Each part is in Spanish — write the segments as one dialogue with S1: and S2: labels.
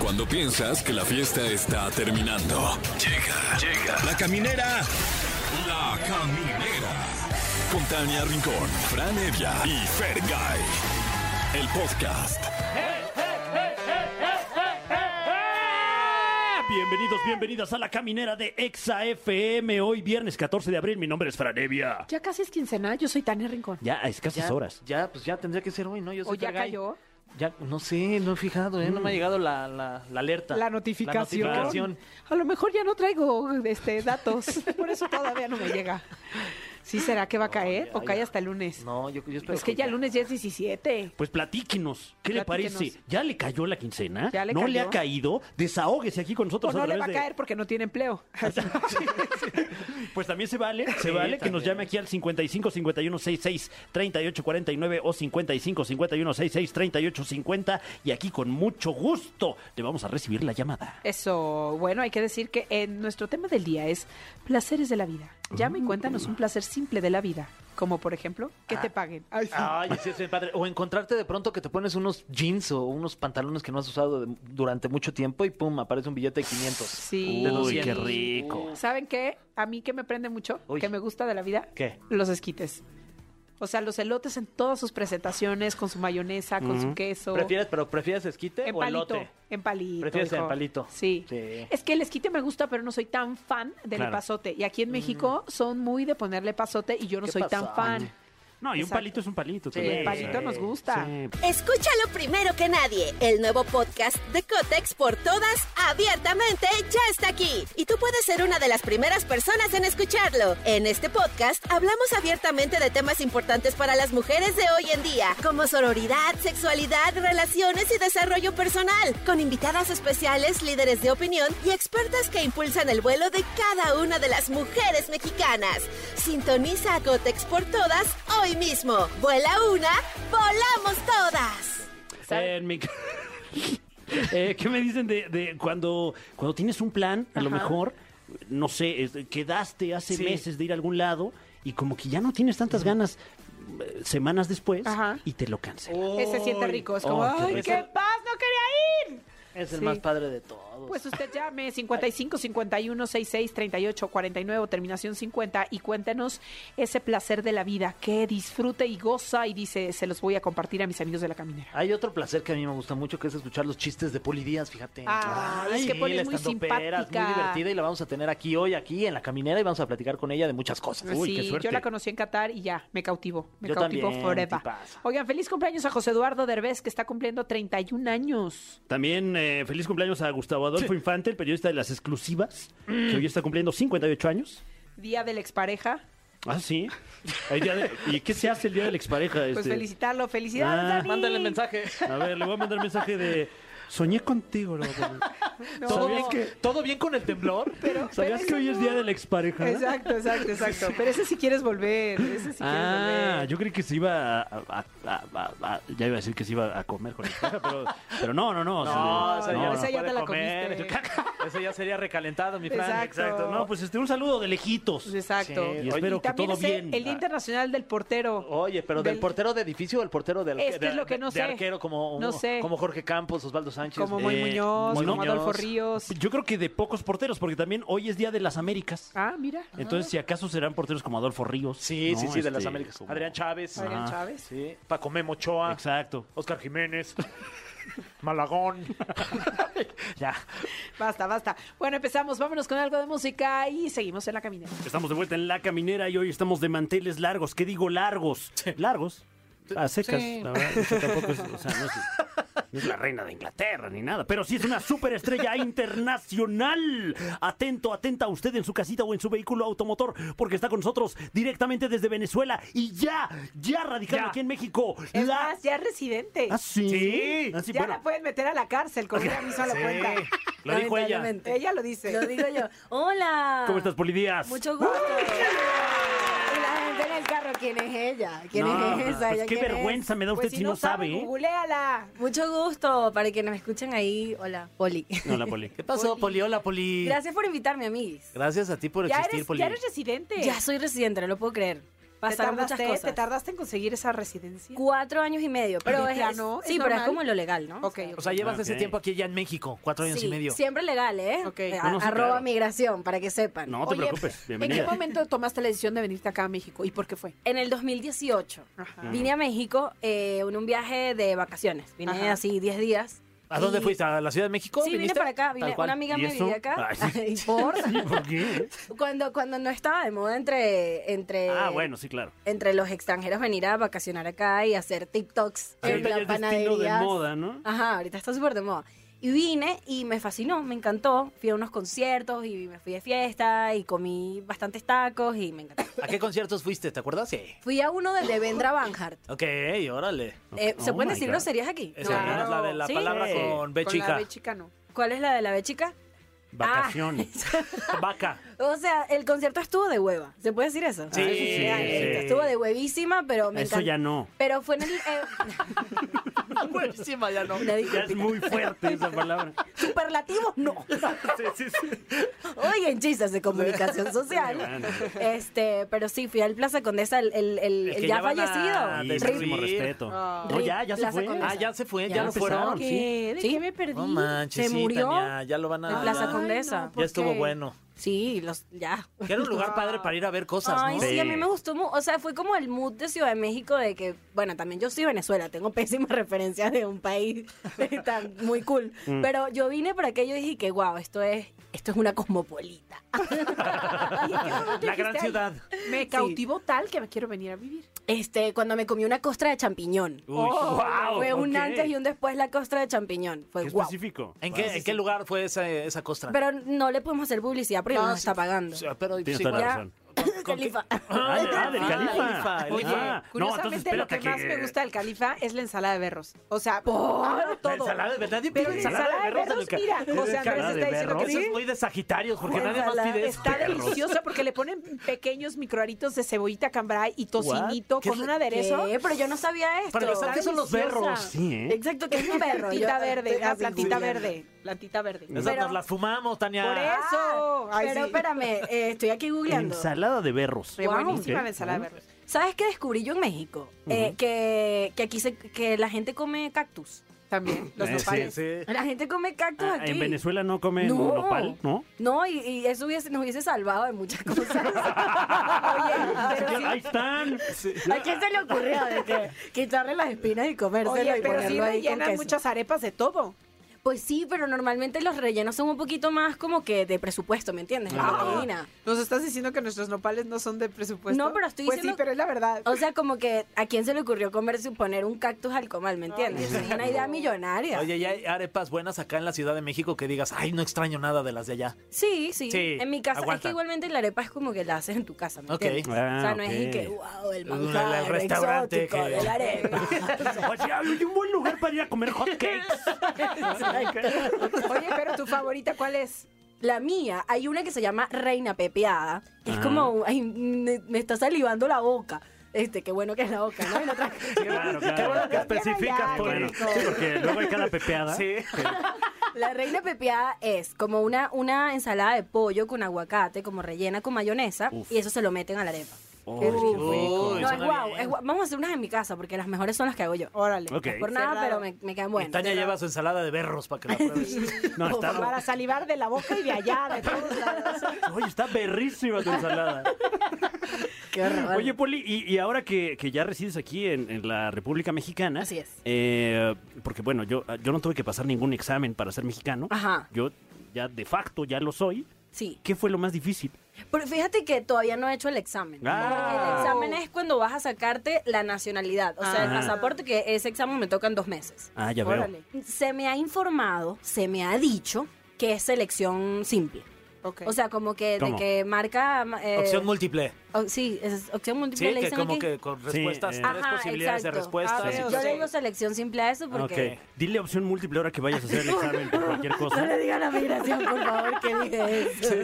S1: Cuando piensas que la fiesta está terminando. Llega, llega. La caminera. La caminera. Con Tania Rincón, Fran Evia y Fer El podcast.
S2: Bienvenidos, bienvenidas a la caminera de Exa FM. Hoy viernes 14 de abril, mi nombre es Fran Evia.
S3: Ya casi es quincena, yo soy Tania Rincón.
S2: Ya a escasas
S4: Ya,
S2: horas.
S4: Ya, pues ya tendría que ser hoy, ¿no? Yo
S3: ¿O
S4: soy
S3: ya
S4: Fergay.
S3: cayó?
S4: Ya, no sé, no he fijado, ¿eh? No me ha llegado la, la- la alerta.
S3: La notificación.
S4: La notificación.
S3: A lo mejor ya no traigo este, datos, por eso todavía no me llega. ¿Sí será que va a caer o
S4: ya,
S3: cae
S4: ya.
S3: hasta el lunes? Pues
S4: No, pues yo, yo espero
S3: es que ya el lunes ya es 17.
S2: Pues platíquenos, ¿qué le
S3: Platíquenos.
S2: parece? ¿Ya le cayó la quincena?
S3: ¿Ya le
S2: ¿No le
S3: cayó?
S2: ha caído? Desahóguese aquí con
S3: O
S2: nosotros.
S3: no le
S2: través
S3: va a
S2: de-
S3: caer porque no tiene empleo.
S2: Pues también se vale, se vale que nos
S4: también.
S2: llame aquí al 55 51 66 38 49 o 55 51 66 38 50 y aquí con mucho gusto le vamos a recibir la llamada.
S3: Eso, bueno, hay que decir que en nuestro tema del día es placeres de la vida. Llama y cuéntanos un placer simple de la vida, como por ejemplo, que te paguen. Ay, sí.
S4: Ay, sí, sí, padre. O encontrarte de pronto que te pones unos jeans o unos pantalones que no has usado de- durante mucho tiempo y pum, aparece un billete de 500.
S3: Sí.
S4: De
S2: Uy, qué
S4: 200.
S2: rico.
S3: ¿Saben qué? A mí que me prende mucho,
S4: Uy.
S3: que me gusta de la vida,
S4: ¿Qué?
S3: los esquites. O sea, los elotes en todas sus presentaciones, con su mayonesa, con su queso.
S4: ¿Prefieres, pero prefieres esquite
S3: en
S4: o
S3: palito,
S4: elote?
S3: en palito.
S4: Prefieres
S3: hijo.
S4: en palito.
S3: Sí.
S4: Sí.
S3: Es que el esquite me gusta, pero no soy tan fan del
S2: Claro.
S3: epazote. Y aquí en México son muy de ponerle epazote y yo no
S4: Mm. ¿Qué
S3: soy tan
S4: pasó?
S3: fan.
S2: No, y un
S3: Exacto.
S2: palito es un palito.
S4: Sí,
S2: también.
S3: El palito nos gusta.
S2: Sí.
S5: Escúchalo primero que nadie. El nuevo podcast de Cotex por todas, abiertamente, ya está aquí. Y tú puedes ser una de las primeras personas en escucharlo. En este podcast hablamos abiertamente de temas importantes para las mujeres de hoy en día, como sororidad, sexualidad, relaciones y desarrollo personal, con invitadas especiales, líderes de opinión y expertas que impulsan el vuelo de cada una de las mujeres mexicanas. Sintoniza a Cotex por todas hoy mismo. Vuela una, volamos todas.
S3: ¿Sabe?
S2: En mi ca- Eh, ¿Qué me dicen de, de cuando, cuando tienes un plan, a lo mejor, no sé, es- quedaste hace
S4: Sí.
S2: meses de ir a algún lado y como que ya no tienes tantas ganas eh, semanas después
S3: Ajá.
S2: y te lo cancelan?
S3: Ese siente rico. Es como,
S2: Oh, qué
S3: ¡ay,
S2: rico.
S3: qué paz! ¡No quería ir!
S4: Es el
S3: Sí.
S4: más padre de todos.
S3: Pues usted llame 55 51 66 38 49 o terminación 50 y cuéntenos ese placer de la vida que disfrute y goza y dice, se los voy a compartir a mis amigos de la caminera.
S4: Hay otro placer que a mí me gusta mucho, que es escuchar los chistes de Poli Díaz, fíjate.
S3: Ah, es que
S4: sí,
S3: Poli
S4: la
S3: es muy
S4: estandopera, es
S3: simpática.
S4: muy divertida y la vamos a tener aquí hoy, aquí en la caminera, y vamos a platicar con ella de muchas cosas.
S2: Uy, qué
S3: sí,
S2: suerte.
S3: yo la conocí en Qatar y ya, me cautivó, me
S4: Yo
S3: cautivó
S4: también,
S3: forever.
S4: tipazo.
S3: Oigan, feliz cumpleaños a José Eduardo Derbez, que está cumpliendo 31 años.
S2: También eh, feliz cumpleaños a Gustavo Adolfo Infante, el periodista de las exclusivas, que hoy está cumpliendo 58 años.
S3: Día de la expareja.
S2: Ah, sí. El día de- ¿Y qué se hace el día de la expareja?
S3: Pues
S2: este?
S3: felicitarlo, felicidades.
S2: Ah.
S3: Dani.
S4: Mándale mensaje.
S2: A ver, le voy a mandar mensaje de... Soñé contigo, le voy a poner.
S3: No,
S4: ¿Todo,
S2: ¿Sabías
S4: bien,
S2: que-
S4: ¿Todo bien con el temblor?
S3: pero- pero
S2: ¿Sabías que
S3: eso
S2: hoy es
S3: no.
S2: día de la expareja?
S3: Exacto, exacto, exacto. Pero ese sí quieres volver, ese sí quieres volver.
S2: Ah, yo creí que se iba a, a- a- a- a- Ya iba a decir que se iba a comer con la pareja, pero, pero no, no, no.
S4: No,
S2: se-
S4: esa ya
S3: no,
S4: no,
S3: esa
S4: se
S3: ya
S4: puede
S3: te la
S4: comer.
S3: comiste.
S4: Esa ya sería recalentado, mi Fran.
S3: Exacto.
S2: Exacto, no, pues este, un saludo de lejitos.
S3: Pues, Exacto.
S4: Sí,
S2: y espero que
S3: también
S2: todo
S3: es el-
S2: bien.
S3: El Día Internacional del Portero.
S4: Oye, pero del,
S3: Del-
S4: portero de edificio o el portero del
S3: Es que es lo que no
S4: de
S3: sé.
S4: arquero como,
S3: No sé.
S4: como Jorge Campos, Osvaldo Sánchez.
S3: Como Moy
S2: eh,
S3: Muñoz,
S2: Moy
S3: como
S2: Muñoz.
S3: Adolfo Ríos.
S2: Yo creo que de pocos porteros, porque también hoy es día de las Américas.
S3: Ah, mira.
S2: Entonces, si acaso serán porteros como Adolfo Ríos.
S4: Sí,
S2: ¿no?
S4: sí, sí, de las
S2: Este,
S4: Américas.
S2: como-
S4: Adrián Chávez. Ah,
S3: Adrián Chávez.
S4: Sí. Paco Memo Ochoa.
S2: Exacto.
S4: Oscar Jiménez. Malagón. ya.
S3: Ah, Basta, basta. Bueno, empezamos. Vámonos con algo de música y seguimos en la caminera.
S2: Estamos de vuelta en La Caminera y hoy estamos de manteles largos. ¿Qué digo largos? ¿Largos? A secas, la verdad. eso tampoco es- o sea, no es- no es la reina de Inglaterra ni nada, pero sí es una superestrella internacional. Atento, atenta a usted en su casita o en su vehículo automotor, porque está con nosotros directamente desde Venezuela y ya, ya radicando
S6: Ya.
S2: aquí en México.
S3: Es
S2: la-
S3: más, ya es residente.
S2: ¿Ah, sí?
S6: Sí.
S2: Ah, sí,
S3: ya
S2: bueno.
S3: la pueden meter a la cárcel con una misma la cuenta.
S6: Lo dijo ella.
S7: Lamentablemente.
S3: Ella lo dice.
S7: Lo digo yo. Hola.
S2: ¿Cómo estás, Polidías?
S7: Mucho gusto. Y la gente en el carro, ¿quién es ella? ¿Quién
S2: No,
S7: es esa?
S2: pues
S7: ¿Ella
S2: qué
S7: quién es?
S2: vergüenza me da usted
S3: Pues
S2: si, no sabe. ¿eh?
S3: googleala.
S7: Mucho gusto para quienes me escuchan ahí. Hola, Poli.
S2: No, la Poli.
S4: ¿Qué pasó, Poli? Hola, Poli.
S7: Gracias por invitarme, amiguis.
S4: Gracias a ti por
S3: Ya
S4: existir,
S3: eres,
S4: Poli.
S3: ya eres residente.
S7: Ya soy residente, no lo puedo creer.
S3: te
S7: Pasaron
S3: tardaste,
S7: muchas cosas.
S3: te tardaste en conseguir esa residencia.
S7: Cuatro años y medio, pero
S3: ¿De
S7: es,
S3: plano?
S7: sí,
S3: ¿Es
S7: pero es
S3: normal?
S7: como lo legal, ¿no?
S3: Ok,
S4: O sea, llevas
S2: Ah, ok.
S4: ese tiempo aquí ya en México, cuatro años
S7: sí,
S4: y medio.
S7: siempre legal, ¿eh?
S3: Ok.
S7: Eh,
S2: Ah, No, no, sí,
S7: arroba
S2: claro.
S7: migración, para que sepan.
S2: No te
S3: Oye,
S2: preocupes,
S3: ¿En qué
S2: bienvenida.
S3: momento tomaste la decisión de venirte acá a México? ¿Y por qué fue?
S7: En el 2018
S3: Ajá.
S7: vine a México eh, en un viaje de vacaciones. Vine
S3: Ajá.
S7: así 10 días.
S4: ¿A dónde
S7: y-
S4: fuiste? ¿A la Ciudad de México?
S7: Sí, vine
S4: ¿Viniste?
S7: para acá.
S4: Tal
S7: Vine,
S4: cual.
S7: una amiga
S2: ¿Y
S7: me
S2: eso?
S7: vivía acá.
S2: Ay, sí.
S7: ¿Y por?
S2: ¿Por qué?
S7: Cuando, cuando no estaba de moda entre, entre,
S2: Ah,
S3: Eh,
S2: bueno, sí, claro.
S7: entre los extranjeros venir a vacacionar acá y hacer TikToks
S2: Ah,
S7: en
S2: Ahorita ya
S7: plan
S2: es destino de
S7: panaderías.
S2: moda, ¿no?
S3: Ah.
S7: Ajá, ahorita está súper de moda. Y vine y me fascinó, me encantó. Fui a unos conciertos y me fui de fiesta y comí bastantes tacos y me encantó.
S4: ¿A qué conciertos fuiste? ¿Te acuerdas? Sí.
S7: Fui a uno de Devendra Banhart.
S4: Ok, órale.
S7: Eh, ¿Se
S2: Oh
S7: pueden
S2: my
S7: decir
S2: God.
S7: groserías aquí?
S4: Esa
S3: Claro.
S4: es la de la
S7: Sí.
S4: palabra
S2: Sí.
S4: con B
S3: Con la
S4: chica.
S3: B chica no.
S7: ¿Cuál es la de la B chica?
S2: Vacaciones.
S4: Vaca.
S7: O sea, el concierto estuvo de hueva. ¿Se puede decir eso?
S4: Sí,
S7: Ah,
S4: sí,
S7: Ah, listo.
S4: sí.
S7: Estuvo de huevísima, pero me
S2: Eso
S7: encantó.
S2: ya no.
S7: Pero fue en el... eh,
S4: Buenísima, ya no.
S7: una
S2: Ya es
S7: disculpita.
S2: muy fuerte esa palabra.
S7: Superlativo, no.
S2: Sí, sí, sí.
S7: Oye, en chistes de comunicación social.
S2: Bueno,
S7: Este, pero sí, fui al Plaza Condesa, el, el,
S4: El
S7: el- el
S4: que
S7: ya
S4: ya van a
S2: y
S7: fallecido.
S4: destruir.
S7: Rip.
S2: máximo Ah, respeto.
S3: Ah.
S2: No, ya, ya se
S7: Plaza
S2: fue.
S7: Condesa.
S4: Ah, ya se fue, ya,
S2: Ya
S4: lo
S2: empezaron.
S4: fueron.
S3: ¿Qué? ¿De
S7: Sí.
S3: qué me perdí?
S4: No manches,
S7: Se
S4: sí,
S7: murió
S4: Tania, ya lo van a...
S7: en Plaza
S4: ya-
S7: Condesa.
S4: Ya
S3: ¿por
S4: estuvo
S3: qué?
S4: bueno.
S7: Sí, los, ya.
S4: Que era un lugar padre para ir a ver cosas,
S7: Ay,
S4: ¿no?
S7: sí, a mí
S2: Sí.
S7: me gustó mucho. O sea, fue como el mood de Ciudad de México de que, bueno, también yo soy Venezuela, tengo pésimas referencias de un país tan muy cool.
S4: Mm.
S7: Pero yo vine para que yo dije que, wow, esto es, esto es una cosmopolita.
S4: La gran ciudad.
S3: Me cautivó tal que me quiero venir a vivir.
S7: Este, cuando me comí una costra de champiñón.
S4: Uy.
S2: wow,
S7: fue un
S2: ok.
S7: antes y un después la costra de champiñón. Fue
S2: Qué
S7: wow.
S2: específico.
S4: ¿En qué, ¿en qué lugar fue esa, esa costra?
S7: Pero no le podemos hacer publicidad porque no,
S4: Ah,
S7: nos
S4: sí,
S7: está pagando.
S4: O sea, pero
S2: Tienes
S4: sí,
S2: toda la
S7: ya.
S2: razón.
S4: ¿con qué?
S7: Califa.
S2: Ah, de- ah, del califa.
S4: Ah, califa, el Ah,
S2: Oye, ah, no,
S4: califa.
S2: entonces
S3: Curiosamente, lo
S2: espérate
S3: que, más me gusta del califa es la ensalada de berros. O sea, ¡ah! amo todo.
S4: La ensalada de verdad,
S3: Pero ensalada de berros, mira, José Andrés está diciendo que
S4: Eso es
S3: sí. Pues
S4: muy de Sagitarios, porque nadie más
S7: Ojalá.
S4: pide eso.
S3: Está deliciosa porque le ponen pequeños microaritos de cebollita cambray y tocinito
S4: What? ¿Qué
S3: con
S4: es-
S3: un aderezo.
S7: ¿Qué? Pero yo no sabía esto.
S4: Para empezar, ¿qué son los
S3: Deliciosa.
S4: berros?
S2: Sí, ¿eh?
S7: Exacto, que es un perro.
S3: Plantita
S7: Yo-
S3: verde,
S7: estoy
S3: la plantita
S7: confundiendo.
S3: verde, plantita verde.
S4: Esas
S7: Pero-
S4: nos las fumamos, Tania.
S3: Por eso.
S7: Ah,
S3: Ay,
S7: pero
S3: sí.
S7: espérame, eh, estoy aquí googleando.
S2: Ensalada de berros.
S3: Re
S7: Wow.
S3: buenísima
S2: Ok.
S3: la ensalada de berros.
S7: ¿Sabes qué descubrí yo en México? Eh, que, que aquí se, que la gente come cactus.
S3: También, los
S2: Eh, sí,
S3: nopales.
S4: Sí.
S7: La gente come cactus
S2: Ah,
S7: aquí.
S2: en Venezuela no comen
S7: No.
S2: nopal, ¿no?
S7: No, y, y eso hubiese, nos hubiese salvado de muchas cosas.
S2: Ahí están.
S7: ¿A quién se le ocurrió de que quitarle las espinas y comérselo
S3: Oye, pero
S7: y
S3: sí
S7: ponerlo ahí con
S3: rellenan
S7: queso?
S3: muchas arepas de todo.
S7: Pues sí, pero normalmente los rellenos son un poquito más como que de presupuesto, ¿me entiendes? La proteína.
S3: ¿Nos estás diciendo que nuestros nopales no son de presupuesto?
S7: No, pero estoy
S3: pues
S7: diciendo-
S3: sí, pero es la verdad.
S7: O sea, como que a quién se le ocurrió comerse poner un cactus al comal, ¿me entiendes?
S3: Ay,
S7: Es una idea millonaria.
S4: Oye, ya hay arepas buenas acá en la Ciudad de México que digas, ay, no extraño nada de las de allá.
S7: Sí, sí,
S4: Sí,
S7: En mi casa es que
S4: aguanta.
S7: igualmente la arepa es como que la haces en tu casa, ¿me
S4: Ok.
S7: entiendes?
S2: Ah,
S7: o sea, no es y
S2: ok.
S7: que, wow, el
S4: Uh, el
S7: manjar
S4: restaurante
S7: exótico
S4: que-
S7: de la arepa.
S2: Oye, hay un buen lugar para ir a comer hot cakes.
S3: Oye, pero tu favorita, ¿cuál es?
S7: La mía, hay una que se llama Reina Pepeada, que es
S4: Ah.
S2: Ajá.
S7: como, ay, me, me está salivando la boca. Este, qué bueno que es la boca, ¿no? Y la otra-
S2: Claro, claro.
S4: que especificas,
S3: por
S2: Bueno,
S4: Poli.
S2: sí, porque luego hay cada pepeada.
S4: Sí.
S7: La reina pepeada es como una, una ensalada de pollo con aguacate, como rellena con mayonesa,
S2: Uf.
S7: y eso se lo meten a la arepa.
S2: Oh,
S7: Qué rico.
S4: Uy,
S7: No, es
S4: suena
S7: guau,
S4: bien.
S7: es guau. Vamos a hacer unas en mi casa, porque las mejores son las que hago yo.
S3: Órale.
S2: Ok.
S7: Por nada,
S3: Cerrado.
S7: pero me, me quedan
S4: Y
S7: buenas.
S4: Tania lleva su ensalada de berros para que la pruebes.
S2: No, está,
S3: Para salivar de la boca y de allá, de todos lados.
S2: oye, está berrísima tu ensalada.
S7: Qué horror.
S2: Oye, Poli, y, y ahora que, que ya resides aquí en, en la República Mexicana.
S7: Así es.
S2: eh, porque bueno, yo, yo no tuve que pasar ningún examen para ser mexicano.
S7: Ajá.
S2: Yo ya de facto ya lo soy.
S7: Sí.
S2: ¿Qué fue lo más difícil?
S7: Pero fíjate que todavía no he hecho el examen.
S2: Ah.
S7: El examen es cuando vas a sacarte la nacionalidad, o sea, el
S2: Ah.
S7: pasaporte, que ese examen me toca en dos meses.
S2: Ah, ya veo.
S7: Se me ha informado, se me ha dicho que es selección simple.
S3: Ok.
S7: O sea, como que
S2: ¿Cómo?
S7: de que marca... eh,
S6: Opción múltiple.
S7: o- sí, es opción múltiple.
S6: Sí,
S7: le
S6: que
S7: dicen
S6: como
S7: aquí.
S6: que con respuestas,
S2: eh.
S6: tres
S7: Ajá,
S6: posibilidades de
S7: exacto.
S3: Ah,
S6: respuestas.
S3: veo,
S7: Yo
S3: sí.
S7: le digo selección simple a eso porque...
S2: Ok. Dile opción múltiple ahora que vayas a hacer el examen por cualquier
S7: No
S2: cosa.
S7: le digan a migración, por favor, que dije eso.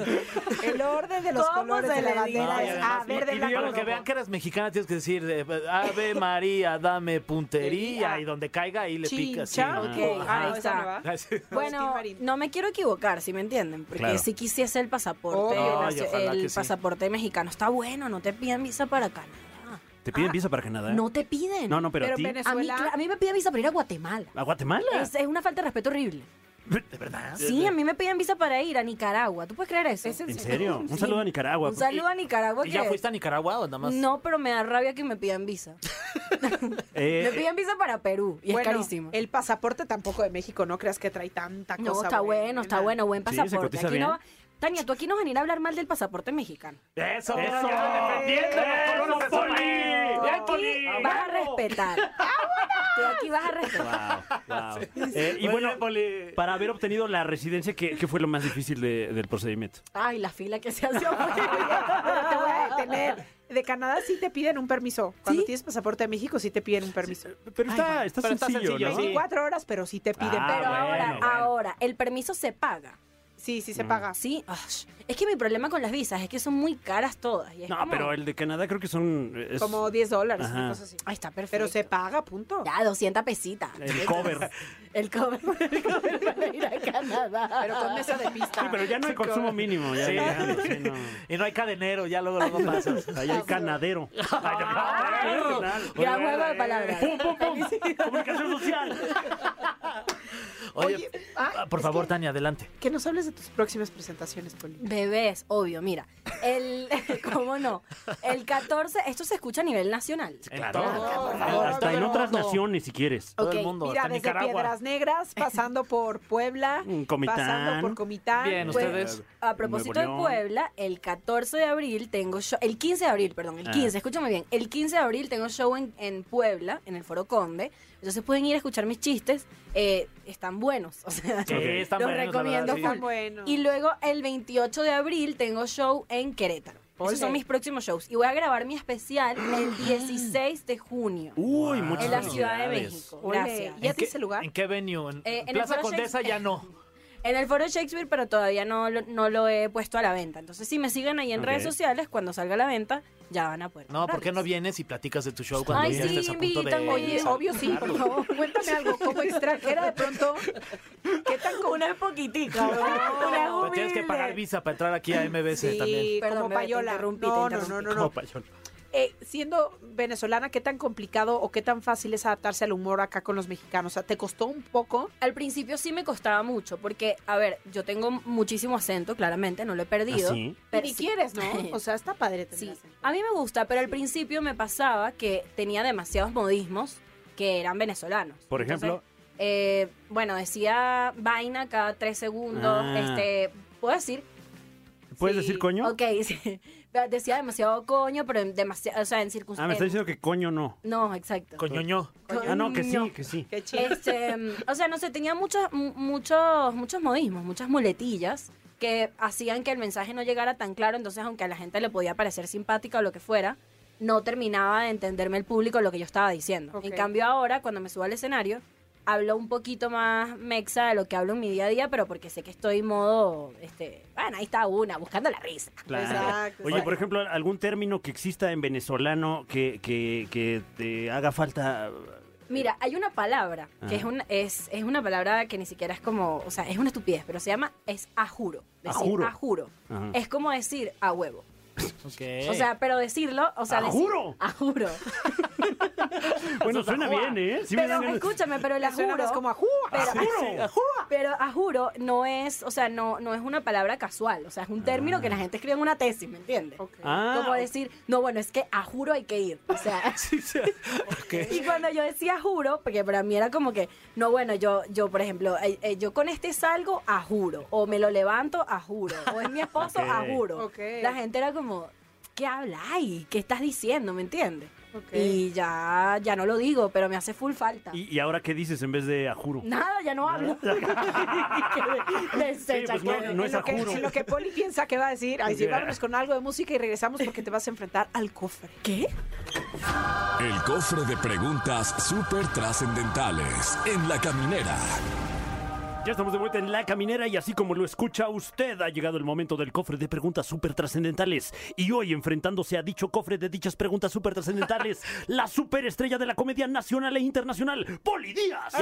S3: El orden de los
S7: ¿Cómo
S3: colores
S7: se
S3: de la
S7: le
S3: bandera
S7: dice?
S3: es
S6: además,
S3: A, verde,
S6: y
S3: blanco,
S6: digamos que
S3: rojo.
S6: vean que eres mexicana, tienes que decir eh, Ave María, dame puntería. Y donde caiga, ahí le pica. sí.
S3: Chincha,
S7: ok,
S3: Ah, esa
S7: ahí está.
S3: no va.
S7: Bueno,
S3: Steve Marín.
S7: no me quiero equivocar, si me entienden, porque
S2: Claro.
S7: si quisiese el pasaporte,
S6: Oh,
S7: el,
S6: ay, ojalá
S7: el
S6: que sí.
S7: pasaporte mexicano está bueno, no te piden visa para Canadá.
S2: ¿Te piden
S7: Ah,
S2: visa para Canadá?
S7: No te piden.
S2: ¿Eh? No, no, pero,
S3: Pero
S2: a ti.
S3: Venezuela-
S7: a mí, cla- a mí me piden visa para ir a Guatemala.
S2: ¿A Guatemala?
S7: Es, es una falta de respeto horrible.
S2: ¿De verdad?
S7: Sí, a mí me piden visa para ir a Nicaragua. ¿Tú puedes creer eso?
S3: ¿Es
S2: ¿En serio? Un saludo a Nicaragua. pues.
S7: Un saludo a Nicaragua.
S6: ¿Y ya
S7: que-
S6: fuiste a Nicaragua o nada más?
S7: No, pero me da rabia que me pidan visa.
S2: Eh,
S7: me piden visa para Perú y
S3: Bueno,
S7: es carísimo.
S3: El pasaporte tampoco de México, no creas que trae tanta cosa.
S7: No, está bueno, está bueno, buen
S2: Sí, se
S7: pasabuena.
S2: cotiza
S7: aquí
S2: bien.
S7: no va- Tania, tú aquí no vas a venir a hablar mal del pasaporte mexicano.
S2: eh, ¡Eso!
S6: Eso,
S2: ¡Defendiendo
S6: los colores de su país.
S7: Tú aquí vas a respetar.
S2: Ah,
S7: Tú aquí vas a respetar.
S2: Eh, y bueno, para haber obtenido la residencia, ¿qué, qué fue lo más difícil de- del procedimiento?
S7: Ay, la fila que se hace.
S2: Ah,
S3: Pero te voy a detener. De Canadá sí te piden un permiso. Cuando
S7: ¿Sí?
S3: tienes pasaporte de México sí te piden un permiso.
S2: Pero está, está
S6: Pero está
S2: sencillo,
S6: sencillo,
S2: ¿no?
S6: sí.
S3: 24 horas, pero sí te piden.
S2: Ah,
S7: Pero
S2: bueno,
S7: ahora,
S2: bueno.
S7: ahora, el permiso se paga.
S3: Sí,
S6: Mm.
S3: sí se paga.
S7: Sí, Ush. es que mi problema con las visas es que son muy caras todas. y es
S2: No,
S7: como-
S2: pero el de Canadá creo que son... es
S3: Como 10 dólares,
S2: Ajá.
S3: una cosa así.
S7: Ay, está perfecto.
S3: Pero se paga, punto.
S7: Ya, 200 pesitas.
S2: el cover.
S7: El cover, el cover para ir a Canadá.
S3: Pero con mesa de pista.
S2: Sí, pero ya no hay consumo mínimo. Ya,
S6: Sí.
S2: ya, sí, no.
S6: Y no hay cadenero, ya luego, luego pasas.
S2: Ahí hay canadero. Ah,
S7: Gran juego de palabras.
S2: ¡Pum, pum, pum! Comunicación social.
S6: Oye,
S3: Oye, ah,
S6: ah, por
S3: es
S6: favor,
S3: que-
S6: Tania, adelante.
S3: Que nos hables de tus próximas presentaciones, Poli.
S7: Bebés, obvio, mira. El, ¿Cómo no? El 14, esto se escucha a nivel nacional.
S6: Claro.
S3: por favor.
S2: Hasta en otras naciones, si quieres.
S6: Todo el
S7: Ok,
S6: mundo,
S3: Mira,
S6: hasta
S3: desde
S6: en Nicaragua.
S3: Piedras Negras, pasando por Puebla,
S2: Mm, Comitán.
S3: pasando por Comitán.
S6: Bien,
S7: Pues,
S6: ustedes.
S7: A propósito de
S2: Nuevo León.
S7: Puebla, el 14 de abril tengo show, el 15 de abril, perdón, el
S2: Ah.
S7: 15, escúchame bien, el 15 de abril tengo show en, en Puebla, en el Foro Conde, entonces pueden ir a escuchar mis chistes, eh, están buenos, o sea,
S6: Sí, están
S7: los
S6: buenos, la
S7: recomiendo
S6: verdad,
S3: Están
S7: full.
S3: buenos.
S7: Y luego el 28 de abril tengo show en Querétaro.
S3: Ole.
S7: Esos son mis próximos shows. Y voy a grabar mi especial el 16 de junio
S2: Uy, muchas
S7: en la Ciudad de
S6: felicidades.
S7: México.
S3: Ole,
S7: Gracias.
S3: ¿Ya
S6: ¿En qué-
S3: dice lugar?
S6: ¿En qué venue? ¿En,
S7: Eh, en el
S6: Plaza
S7: Foro
S6: Condesa ya
S7: Shakespeare.
S6: no.
S7: En el foro Shakespeare, pero todavía no, lo- no lo he puesto a la venta. Entonces, si me siguen ahí en
S2: Ok.
S7: redes sociales, cuando salga a la venta, ya van a poder.
S6: No, ¿por qué no
S7: comprarlos.
S6: vienes y platicas de tu show cuando
S7: Ay,
S6: ya
S7: sí,
S6: estés a punto de...
S7: invítame.
S3: Oye,
S6: Exacto.
S3: obvio sí, por favor. Cuéntame algo, como extranjera de pronto, ¿qué tan como
S7: Una poquitica, ¿verdad? Una
S6: Pero tienes que
S7: humilde.
S6: pagar visa para entrar aquí a MBS también.
S3: Sí,
S7: Perdón,
S3: como
S7: bebé, te
S3: payola.
S7: interrumpí,
S3: no,
S7: te
S3: no, no, no,
S7: interrumpí.
S3: no. Eh, siendo venezolana, ¿qué tan complicado o qué tan fácil es adaptarse al humor acá con los mexicanos? O sea, ¿te costó un poco?
S7: Al principio sí me costaba mucho, porque, a ver, yo tengo muchísimo acento, claramente, no lo he
S6: ¿Ah,
S7: perdido.
S2: ¿Sí?
S7: Pero
S3: ni
S7: sí.
S3: quieres, ¿no? O sea, está padre
S7: Sí,
S3: tener acento.
S7: a mí me gusta, pero al principio me pasaba que tenía demasiados modismos que eran venezolanos.
S2: Por ejemplo.
S7: eh, bueno, decía vaina cada tres segundos.
S2: Ah.
S7: Este, ¿puedo decir?
S2: ¿Puedes
S7: Sí.
S2: decir coño?
S7: Ok, sí. Pero decía demasiado coño, pero en demasiado, o
S2: Ah,
S7: sea, en
S2: me está
S7: circunstancias.
S2: diciendo que coño no.
S7: no, exacto.
S6: Coñoño.
S2: Ah, no, que sí, que sí.
S3: Qué chido.
S7: Este, mm, o sea, no sé, tenía muchos, mu- muchos, muchos modismos, muchas muletillas que hacían que el mensaje no llegara tan claro. Entonces, aunque a la gente le podía parecer simpática o lo que fuera, no terminaba de entenderme el público lo que yo estaba diciendo.
S3: Ok.
S7: En cambio, ahora, cuando me subo al escenario, hablo un poquito más mexa de lo que hablo en mi día a día, pero porque sé que estoy en modo, este, bueno, ahí está una, buscando la risa.
S3: Exacto.
S2: Oye, por ejemplo, algún término que exista en venezolano que, que, que te haga falta.
S7: Mira, hay una palabra
S2: Eh. Ajá.
S7: que es, un, es, es una palabra que ni siquiera es como, o sea, es una estupidez, pero se llama es a juro. Decir
S2: Ajuro.
S7: a juro.
S2: Ajá.
S7: Es como decir a huevo. O sea, pero decirlo, o sea,
S2: ¡Ah,
S7: decir-
S2: juro!
S7: ¡Ah, juro!
S2: Bueno, suena bien, ¿eh? Sí me
S7: pero
S2: dan ganas-
S7: escúchame, pero el
S3: Suena
S7: ajuro
S3: más como ajúa.
S7: Pero,
S2: ¡Juro!
S7: pero ajuro no es, o sea, no, no es una palabra casual, o sea, es un término
S3: Ah.
S7: que la gente escribe en una tesis, ¿me entiendes?
S6: Ah,
S7: Como decir, no, bueno, es que a juro hay que ir, o sea... Y cuando yo decía juro, porque para mí era como que, no, bueno, yo, yo por ejemplo, eh, eh, yo con este salgo a juro, o me lo levanto a juro, o es mi esposo a
S2: Ok.
S7: juro.
S3: Ok.
S7: La gente era como, ¿qué habláis? ¿Qué estás diciendo? ¿Me entiendes?
S3: Ok.
S7: Y ya, ya no lo digo, pero me hace full falta.
S2: ¿Y, y ahora qué dices en vez de a juro?
S7: Nada, ya no hablo. Desecha,
S2: Sí, pues no-
S7: que-
S2: no
S3: En
S2: es
S3: lo que-
S2: ajuro.
S3: en lo que Poli piensa que va a decir, ay, sí, vámonos con algo de música y regresamos porque te vas a enfrentar al cofre.
S7: ¿Qué?
S1: El cofre de preguntas súper trascendentales en la caminera.
S2: Ya estamos de vuelta en La Caminera y así como lo escucha usted, ha llegado el momento del cofre de preguntas súper trascendentales. Y hoy, enfrentándose a dicho cofre de dichas preguntas súper trascendentales, la superestrella de la comedia nacional e internacional, Poli Díaz.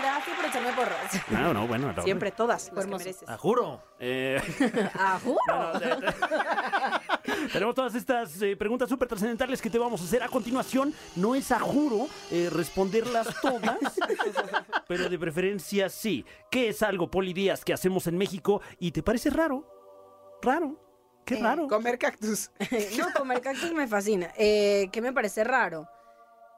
S7: Gracias por echarme porras.
S2: No, no, bueno, no.
S3: Siempre todas las que
S7: Hermoso.
S3: mereces.
S6: ah, juro.
S2: Eh,
S7: A Ah, juro.
S2: tenemos todas estas eh, preguntas súper trascendentales que te vamos a hacer a continuación. No es a juro eh, responderlas todas, pero de preferencia sí. ¿Qué es algo, Poli Díaz, que hacemos en México y te parece raro? Raro. Qué
S7: Eh,
S2: raro.
S8: Comer cactus.
S7: no, comer cactus me fascina. Eh, ¿Qué me parece raro?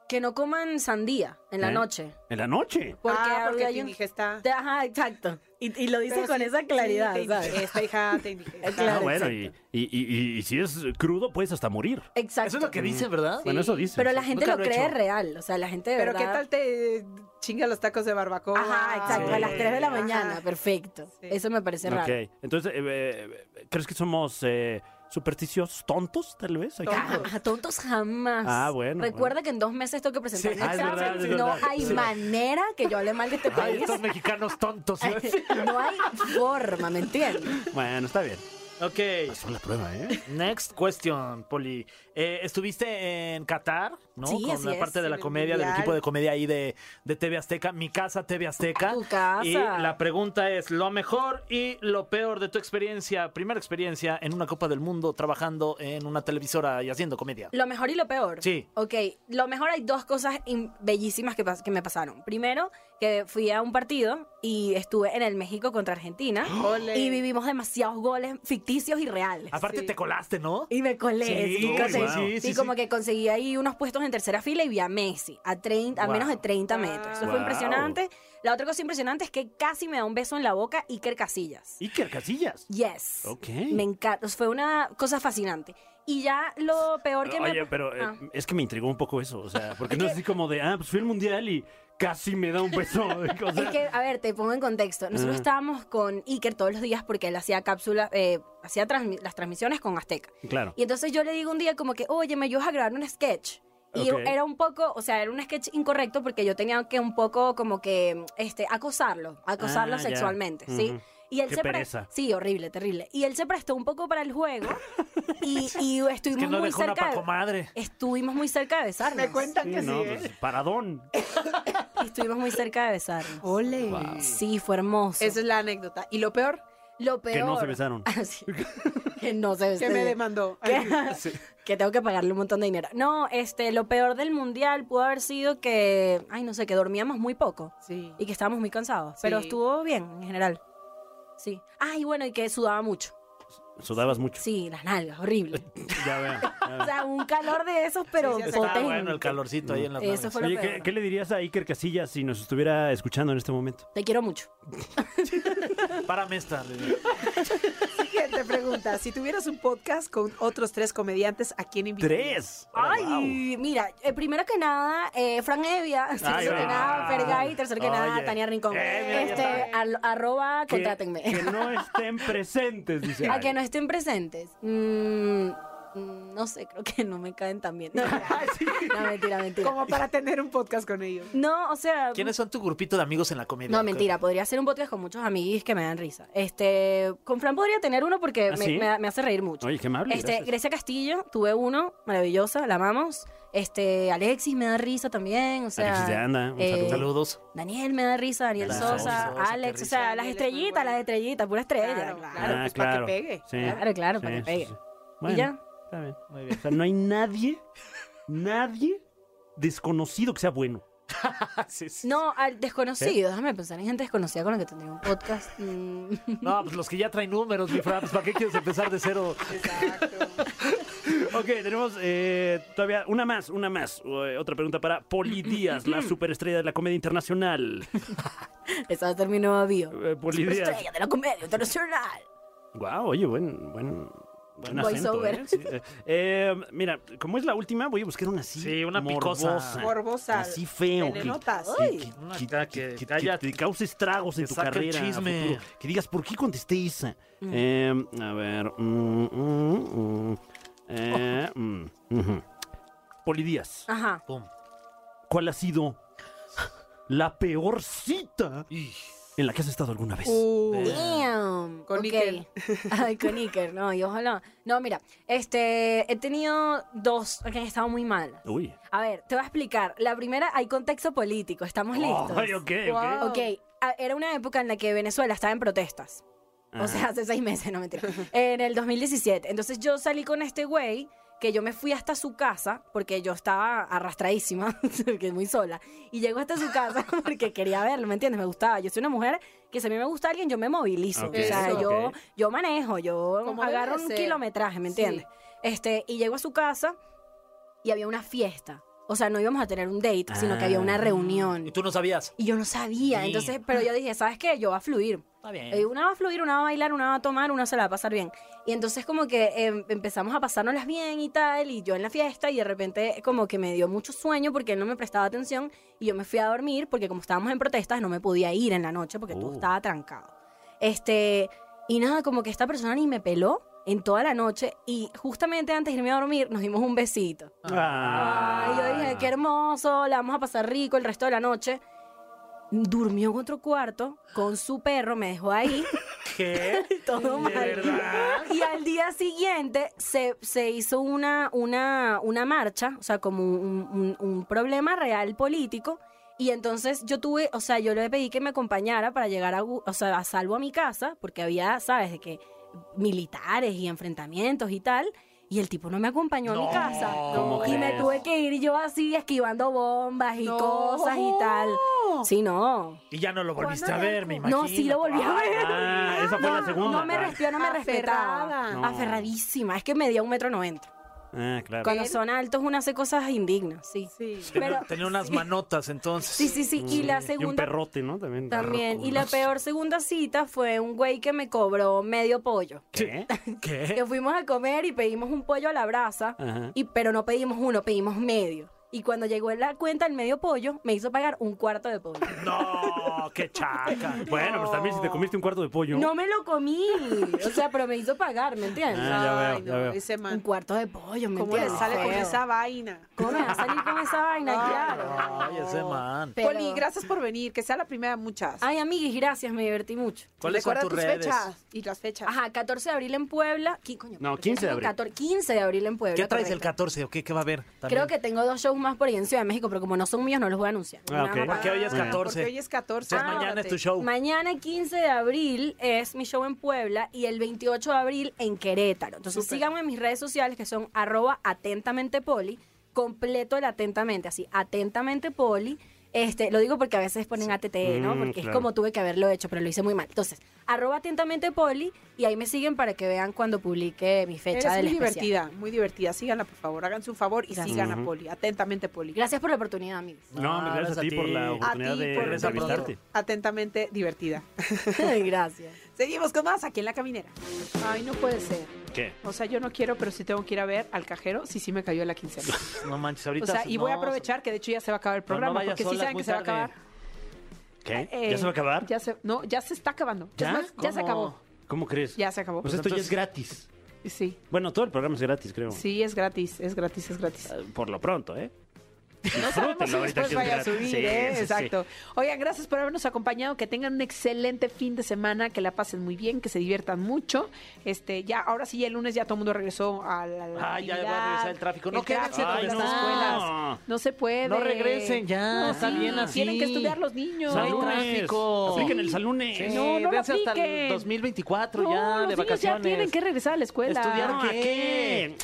S7: Que no coman sandía en la
S2: ¿Eh?
S7: noche.
S2: En la noche.
S7: Ah, Porque,
S3: ah, porque
S7: había
S3: te indigesta.
S7: Te- Ajá, exacto. Y, y lo dice
S3: Pero
S7: con
S3: sí,
S7: esa claridad,
S3: sí, te
S7: ¿sabes?
S3: indigesta, hija, te indigesta.
S7: Eh, claro,
S2: ah, bueno, y,
S7: exacto.
S2: y- y- y si es crudo, puedes hasta morir.
S7: Exacto.
S6: Eso es lo que dicen, ¿verdad?
S2: Bueno, eso dice.
S7: Pero la gente
S6: Nunca
S7: lo
S6: lo he
S7: cree
S6: hecho.
S7: real. O sea, la gente de
S3: Pero
S7: verdad...
S3: qué tal te chinga los tacos de barbacoa.
S7: Ajá, exacto. A las 3 de la
S3: Ajá.
S7: mañana. Perfecto.
S3: Sí.
S7: Eso me parece raro.
S2: Ok. Entonces, eh, eh, ¿crees que somos eh, supersticiosos tontos, tal vez? Hay que-
S3: Tontos.
S7: Ah, tontos jamás.
S2: Ah, bueno,
S7: Recuerda que en dos meses tengo que presentar
S6: Sí.
S7: mi
S6: Ah, es
S7: examen.
S6: verdad, es
S7: no
S6: verdad.
S7: hay
S6: Sí.
S7: manera que yo hable mal de este
S6: Ay,
S7: país.
S6: estos mexicanos tontos. iba a decir.
S7: no hay forma, ¿me entiendes?
S2: Bueno, está bien.
S6: ok.
S2: Pasó la prueba, ¿eh?
S6: Next question, Poli. Eh, estuviste en Qatar, ¿no?
S7: Sí,
S6: Con
S7: así
S6: la
S7: es,
S6: parte de
S3: en
S6: la
S3: el
S6: comedia, del
S3: Mundial.
S6: equipo de comedia ahí de, de TV Azteca, Mi Casa TV Azteca.
S7: Tu casa.
S6: Y la pregunta es, lo mejor y lo peor de tu experiencia, primera experiencia en una Copa del Mundo trabajando en una televisora y haciendo comedia.
S7: Lo mejor y lo peor.
S6: Sí.
S7: Ok, lo mejor hay dos cosas in- bellísimas que, pas- que me pasaron. Primero, que fui a un partido y estuve en el México contra Argentina
S3: Ole.
S7: y vivimos demasiados goles ficticios y reales.
S6: Aparte
S3: Sí.
S6: te colaste, ¿no?
S7: Y me colé.
S6: Ah, Sí,
S7: sí,
S6: uy,
S7: conseguí-
S6: wow. sí, sí,
S7: y como
S6: sí.
S7: que conseguí ahí unos puestos en tercera fila y vi a Messi a, 30, a
S6: Wow.
S7: menos de 30 metros. Eso
S2: Wow.
S7: fue impresionante. La otra cosa impresionante es que casi me da un beso en la boca Iker Casillas.
S2: Iker Casillas.
S7: Yes.
S2: Ok.
S7: Me encanta. Fue una cosa fascinante. Y ya lo peor que me...
S2: Oye, pero eh,
S7: Ah.
S2: es que me intrigó un poco eso, o sea, porque no es así como de, ah, pues fui al mundial y casi me da un beso. o sea,
S7: Es que, a ver, te pongo en contexto. Nosotros
S2: Ah.
S7: estábamos con Iker todos los días porque él hacía cápsulas, eh, hacía transmi- las transmisiones con Azteca.
S2: Claro.
S7: Y entonces yo le digo un día como que, oye, me ayudas a grabar un sketch. Y yo-
S2: Ok.
S7: era un poco, o sea, era un sketch incorrecto porque yo tenía que un poco como que este, acosarlo, acosarlo
S2: Ah, ya.
S7: sexualmente, ¿sí?
S2: Ujú.
S7: Y él
S2: Qué
S7: se pre-
S2: pereza.
S7: Sí, horrible, terrible. Y él se prestó un poco para el juego y, y
S6: Es
S7: estuvimos
S6: que no
S7: muy
S6: dejó una
S7: cerca. de-
S6: pacomadre.
S7: Estuvimos muy cerca de besarnos.
S8: Me cuentan
S2: Sí,
S8: que
S2: no,
S8: sí, ¿eh?
S2: pues, paradón.
S7: Estuvimos muy cerca de besarnos.
S3: Ole.
S7: Sí, fue hermoso.
S3: Esa es la anécdota. ¿Y lo peor?
S7: Lo peor.
S2: Que no se besaron.
S7: Así. Ah, que no se
S3: Que me
S7: besaron.
S3: demandó.
S7: Que, que tengo que pagarle un montón de dinero. No, este, lo peor del mundial pudo haber sido que, ay, no sé, que dormíamos muy poco
S3: Sí.
S7: y que estábamos muy cansados. Pero
S3: Sí.
S7: estuvo bien en general. Sí. Ay, bueno, y que sudaba mucho.
S2: Sudabas mucho.
S7: Sí, las nalgas, horrible.
S2: Ya veo. ya
S7: O
S2: veo.
S7: sea, un calor de esos, pero
S3: Sí, sí, está
S7: potente.
S6: Está bueno el calorcito ahí en las
S7: Eso
S6: nalgas.
S7: fue lo
S2: Oye,
S7: peor.
S2: ¿qué, qué le dirías a Iker Casillas si nos estuviera escuchando en este momento?
S7: Te quiero mucho.
S6: Párame esta. le digo.
S3: Siguiente pregunta. Si tuvieras un podcast con otros tres comediantes, ¿a quién invitarías?
S2: ¡Tres!
S7: Ay, mira, eh, primero que nada, eh, Fran Evia, segundo que
S2: va.
S7: nada, Fergay, tercero que nada,
S6: Oye.
S7: Tania Rincón.
S6: Eh, mira, ya
S7: este, al- arroba,
S2: Que-
S7: contrátenme.
S2: Que no estén presentes, dice.
S7: A
S2: Ay.
S7: que no estén presentes. Mm, mm, no sé, creo que no me caen tan bien. No,
S2: Ah,
S7: no, mentira, mentira.
S3: Como para tener un podcast con ellos.
S7: No, o sea.
S6: ¿Quiénes son tu grupito de amigos en la comedia?
S7: No, mentira, podría hacer un podcast con muchos amiguis que me dan risa. Este, con Fran podría tener uno porque
S2: ¿Ah,
S7: me,
S2: sí?
S7: me- me hace reír mucho.
S2: Oye, qué amable.
S7: Este,
S2: gracias.
S7: Grecia Castillo, tuve uno, maravillosa, la amamos. Este, Alexis me da risa también, o sea. eh,
S2: Alexis de Anda, un saludo.
S6: Saludos.
S7: Daniel me da risa, Daniel
S6: Daniel
S7: Sosa,
S6: Sosa,
S7: Alex,
S6: qué
S7: o sea,
S3: risa.
S7: las
S3: Daniel es muy
S7: estrellitas,
S3: bueno.
S7: las estrellitas, pura estrella.
S3: Claro, claro.
S2: Ah,
S3: pues, para que pegue.
S7: Claro, claro, para que pegue.
S2: Bueno,
S7: ya.
S2: Está bien, muy bien. O sea, no hay nadie, nadie desconocido que sea bueno.
S7: No, al desconocido, déjame pensar en gente desconocida con la que tendría un podcast. Mm.
S6: No, pues los que ya traen números, mi Fran, pues ¿para qué quieres empezar de cero?
S2: Ok, tenemos eh, todavía una más, una más. Eh, otra pregunta para Poli Díaz, la superestrella de la comedia internacional.
S7: Esa va a ser mi nueva bio.
S2: Eh, Poli Díaz.
S7: Estrella de la comedia internacional.
S2: Guau, oye, buen, buen, buen
S7: Voice
S2: acento,
S7: over.
S2: ¿eh? Sí, eh, eh, mira, como es la última, voy a buscar una así.
S6: Sí, una picosa.
S2: morbosa.
S3: Morbosa.
S2: Así Ah, pues feo. que-
S3: Venenotas.
S2: que- que-
S6: Una
S2: que-
S6: acá
S2: que-
S6: que
S2: que-
S6: haya-
S2: que te cause estragos en
S6: que
S2: tu
S6: saque el
S2: carrera. a
S6: chisme.
S2: futuro. Que digas, ¿por qué contesté esa?
S7: Mm.
S2: Eh, a ver. mm, mm, mm, eh, mm, ujú. Polidías,
S7: Ajá.
S6: Pum.
S2: ¿cuál ha sido la peor cita
S6: Y-
S2: en la que has estado alguna vez?
S7: Uh.
S3: Uy.
S7: Damn.
S3: Con
S7: ok.
S3: Iker.
S7: Ay, con Iker, no, y ojalá. No, mira, este, he tenido dos que han estado muy mal.
S2: Uy.
S7: A ver, te voy a explicar. La primera, hay contexto político, estamos listos.
S2: Ay, ok, ok.
S3: Guau.
S7: Ok, a- era una época en la que Venezuela estaba en protestas.
S2: Ah.
S7: O sea, hace seis meses, no mentira. En el 2017. Entonces yo salí con este güey que yo me fui hasta su casa porque yo estaba arrastradísima, porque muy sola. Y llego hasta su casa porque quería verlo, ¿me entiendes? Me gustaba. Yo soy una mujer que si a mí me gusta alguien, yo me movilizo.
S2: Ok,
S7: o sea,
S3: Eso.
S7: yo,
S2: ok.
S7: yo manejo, yo
S3: Como debe
S7: agarro
S3: de
S7: un
S3: ser.
S7: kilometraje, ¿me
S3: Sí.
S7: entiendes? Este, y llego a su casa y había una fiesta. O sea, no íbamos a tener un date, sino que había
S2: Ah.
S7: una reunión.
S6: Y tú no sabías.
S7: Y yo no sabía,
S6: Sí.
S7: entonces, pero yo dije, ¿sabes qué? Yo va a fluir.
S6: Está bien.
S7: Eh, Una va a fluir, una va a bailar, una va a tomar, una se la va a pasar bien. Y entonces como que eh, empezamos a pasárnoslas bien y tal, y yo en la fiesta, y de repente como que me dio mucho sueño porque él no me prestaba atención, y yo me fui a dormir porque como estábamos en protestas no me podía ir en la noche porque todo
S2: Oh.
S7: estaba trancado. Este, y nada, como que esta persona ni me peló en toda la noche, y justamente antes de irme a dormir nos dimos un besito. Ay,
S2: Ah.
S7: yo dije, qué hermoso, la vamos a pasar rico el resto de la noche. Durmió en otro cuarto con su perro, me dejó ahí,
S6: ¿Qué?
S7: todo mal. Y al día siguiente se, se hizo una, una, una marcha, o sea, como un, un- un problema real político. Y entonces yo tuve, o sea, yo le pedí que me acompañara para llegar a, gu- o sea, a salvo a mi casa, porque había, ¿sabes? De que militares y enfrentamientos y tal. Y el tipo no me acompañó a mi casa.
S2: ¿cómo
S7: y me
S2: crees?
S7: tuve que ir yo así esquivando bombas y
S3: No.
S7: cosas y tal. Sí, no.
S6: Y ya no lo volviste a ver, me imagino.
S7: No, sí lo volví a ver.
S2: Ah, esa fue la segunda. pues.
S7: No me, respetó, no me respetaba.
S3: Aferrada.
S2: No.
S7: Aferradísima. Es que medía un metro noventa.
S2: Ah, claro.
S7: Cuando son altos uno hace cosas indignas, sí.
S3: Sí.
S6: Tenía,
S7: Pero-
S6: tenía unas manotas entonces.
S7: Sí, sí, sí. Y la
S2: Mm, Y un
S7: segunda
S2: perrote, ¿no? También.
S7: también. Y la peor segunda cita fue un güey que me cobró medio pollo.
S2: ¿Qué?
S6: ¿Qué?
S7: Que fuimos a comer y pedimos un pollo a la brasa,
S2: Ajá.
S7: y, pero no pedimos uno, pedimos medio. Y cuando llegó en la cuenta el medio pollo, me hizo pagar un cuarto de pollo.
S6: No, qué chaca.
S2: Bueno, pues también si te comiste un cuarto de pollo.
S7: No me lo comí. O sea, pero me hizo pagar, ¿me entiendes?
S2: Ah, ya veo,
S3: Ay,
S2: ya
S3: no,
S2: veo.
S3: ese
S7: Un
S3: man.
S7: cuarto de pollo, ¿me
S3: ¿Cómo le
S7: entiendes?
S3: sale con
S7: Feo.
S3: esa vaina?
S7: ¿Cómo me va a salir con esa vaina? claro.
S6: Ay, ese man.
S7: Pero-
S3: Poli, gracias por venir. Que sea la primera de muchas.
S7: Ay, amiguis, gracias, me divertí mucho.
S6: ¿Cuáles son
S3: Recuerda
S6: tus
S3: tus
S6: redes?
S3: fechas y las fechas.
S7: Ajá, 14 de abril en Puebla. ¿Qué coño?
S2: No,
S7: ¿por qué
S2: 15 de
S7: digo
S2: abril.
S7: 14? 15 de abril en Puebla.
S6: ¿Qué traes el
S7: correcto.
S6: 14 o qué? ¿Qué va a haber?
S7: Creo que tengo dos shows más por ahí en Ciudad de México, pero como no son míos, no los voy a anunciar.
S2: Ah, ok.
S7: Nada más.
S6: ¿Por qué hoy es
S2: Ah,
S6: 14?
S3: Porque hoy es Ah, 14.
S6: Entonces, mañana es tu show.
S7: Mañana 15 de abril es mi show en Puebla y el 28 de abril en Querétaro. Entonces
S3: Súper.
S7: síganme en mis redes sociales que son arroba atentamente poli, completo el atentamente, así, atentamente poli. Este, lo digo porque a veces ponen ATT, ¿no?
S2: Mm,
S7: Porque es
S2: claro.
S7: como tuve que haberlo hecho, pero lo hice muy mal. Entonces, arroba atentamente poli y ahí me siguen para que vean cuando publique mi fecha
S3: Eres
S7: del
S3: muy
S7: especial.
S3: divertida, muy divertida. Síganla, por favor. Háganse un favor y
S7: Gracias.
S3: sigan
S2: Ujú.
S3: a Poli. Atentamente, Poli.
S7: Gracias por la oportunidad, amigos.
S2: No,
S6: Ah,
S2: hombre, gracias a ti por la
S3: A
S2: oportunidad
S3: ti
S2: de
S3: por
S6: regresar pronto.
S2: entrevistarte.
S3: venir. Atentamente divertida.
S7: Gracias.
S3: Seguimos con más aquí en La Caminera. Ay, no puede ser.
S2: ¿Qué?
S3: O sea, yo no quiero, pero sí tengo que ir a ver al cajero si sí me cayó la quincena.
S4: No manches,
S3: O
S4: ahorita.
S3: sea, y voy a
S4: no,
S3: aprovechar que de hecho ya se va a acabar el
S4: Pero no
S3: programa,
S4: vayas
S3: porque sí
S4: sola, es
S3: saben
S4: muy
S3: que se va a
S4: tarde.
S3: acabar.
S2: ¿Qué?
S3: Eh,
S2: ¿Ya se va a acabar?
S3: Ya se, no, ya se está acabando.
S2: ¿Ya?
S3: Es más, ya se
S4: ¿Cómo?
S3: acabó.
S2: ¿Cómo crees?
S3: Ya se acabó.
S2: Pues esto ya es gratis.
S3: Sí,
S2: Bueno, todo el programa es gratis, creo.
S3: sí, es gratis, es gratis, es gratis.
S2: Eh, Por lo pronto, ¿eh?
S3: No sabemos si
S2: Disfrútenlo ahorita
S3: después
S2: que
S3: vaya a
S2: es gratis.
S3: subir,
S2: Sí,
S3: ¿eh?
S2: sí, sí.
S3: Exacto. Oigan, gracias por habernos acompañado. Que tengan un excelente fin de semana, que la pasen muy bien, que se diviertan mucho. Este, ya, ahora sí, ya el lunes ya todo el mundo regresó a la. la
S9: Ah, ya va a
S3: actividad,
S9: regresar el tráfico. No, quédense
S3: tráfico,
S9: con
S3: las
S9: no.
S3: escuelas. No se puede.
S4: No regresen ya,
S3: No,
S4: está
S3: sí,
S4: bien así.
S3: Tienen que estudiar los niños.
S4: No hay
S2: Salunes.
S4: tráfico.
S2: Apliquen el salunes.
S4: Sí,
S3: No, no lo
S4: dense hasta
S3: apliquen.
S4: el 2024
S3: No,
S4: ya
S3: los
S4: de
S3: niños
S4: vacaciones.
S3: ya tienen que regresar a la escuela.
S4: ¿Estudiar
S2: No, ¿a
S4: qué?
S2: qué?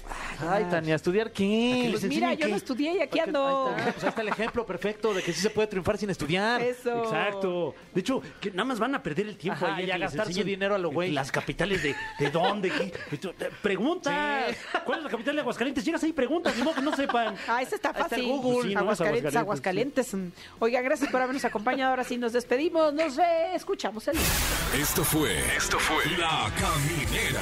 S4: Ay, Tania, ¿estudiar qué?
S3: Pues mira, yo no estudié y aquí ando.
S4: Ahí está, pues ahí está el ejemplo perfecto de que sí se puede triunfar sin estudiar.
S3: Eso.
S2: Exacto. De hecho, que nada más van a perder el tiempo
S4: Ajá,
S2: ahí en
S4: y a
S2: que les
S4: gastar su
S2: enseñen
S4: dinero a lo güey.
S2: Las capitales de, de dónde. qué- tú- te- preguntas. ¿Cuál es la capital de Aguascalientes? Llegas ahí y preguntas, ni modo que no sepan.
S3: Ah, ese está fácil.
S2: Google. Sí, no, es
S3: Aguascalientes, Aguascalientes.
S2: Aguascalientes,
S3: Oiga, gracias por habernos acompañado. Ahora sí nos despedimos. Nos re- escuchamos el lunes.
S1: Esto fue. Esto fue. La Caminera.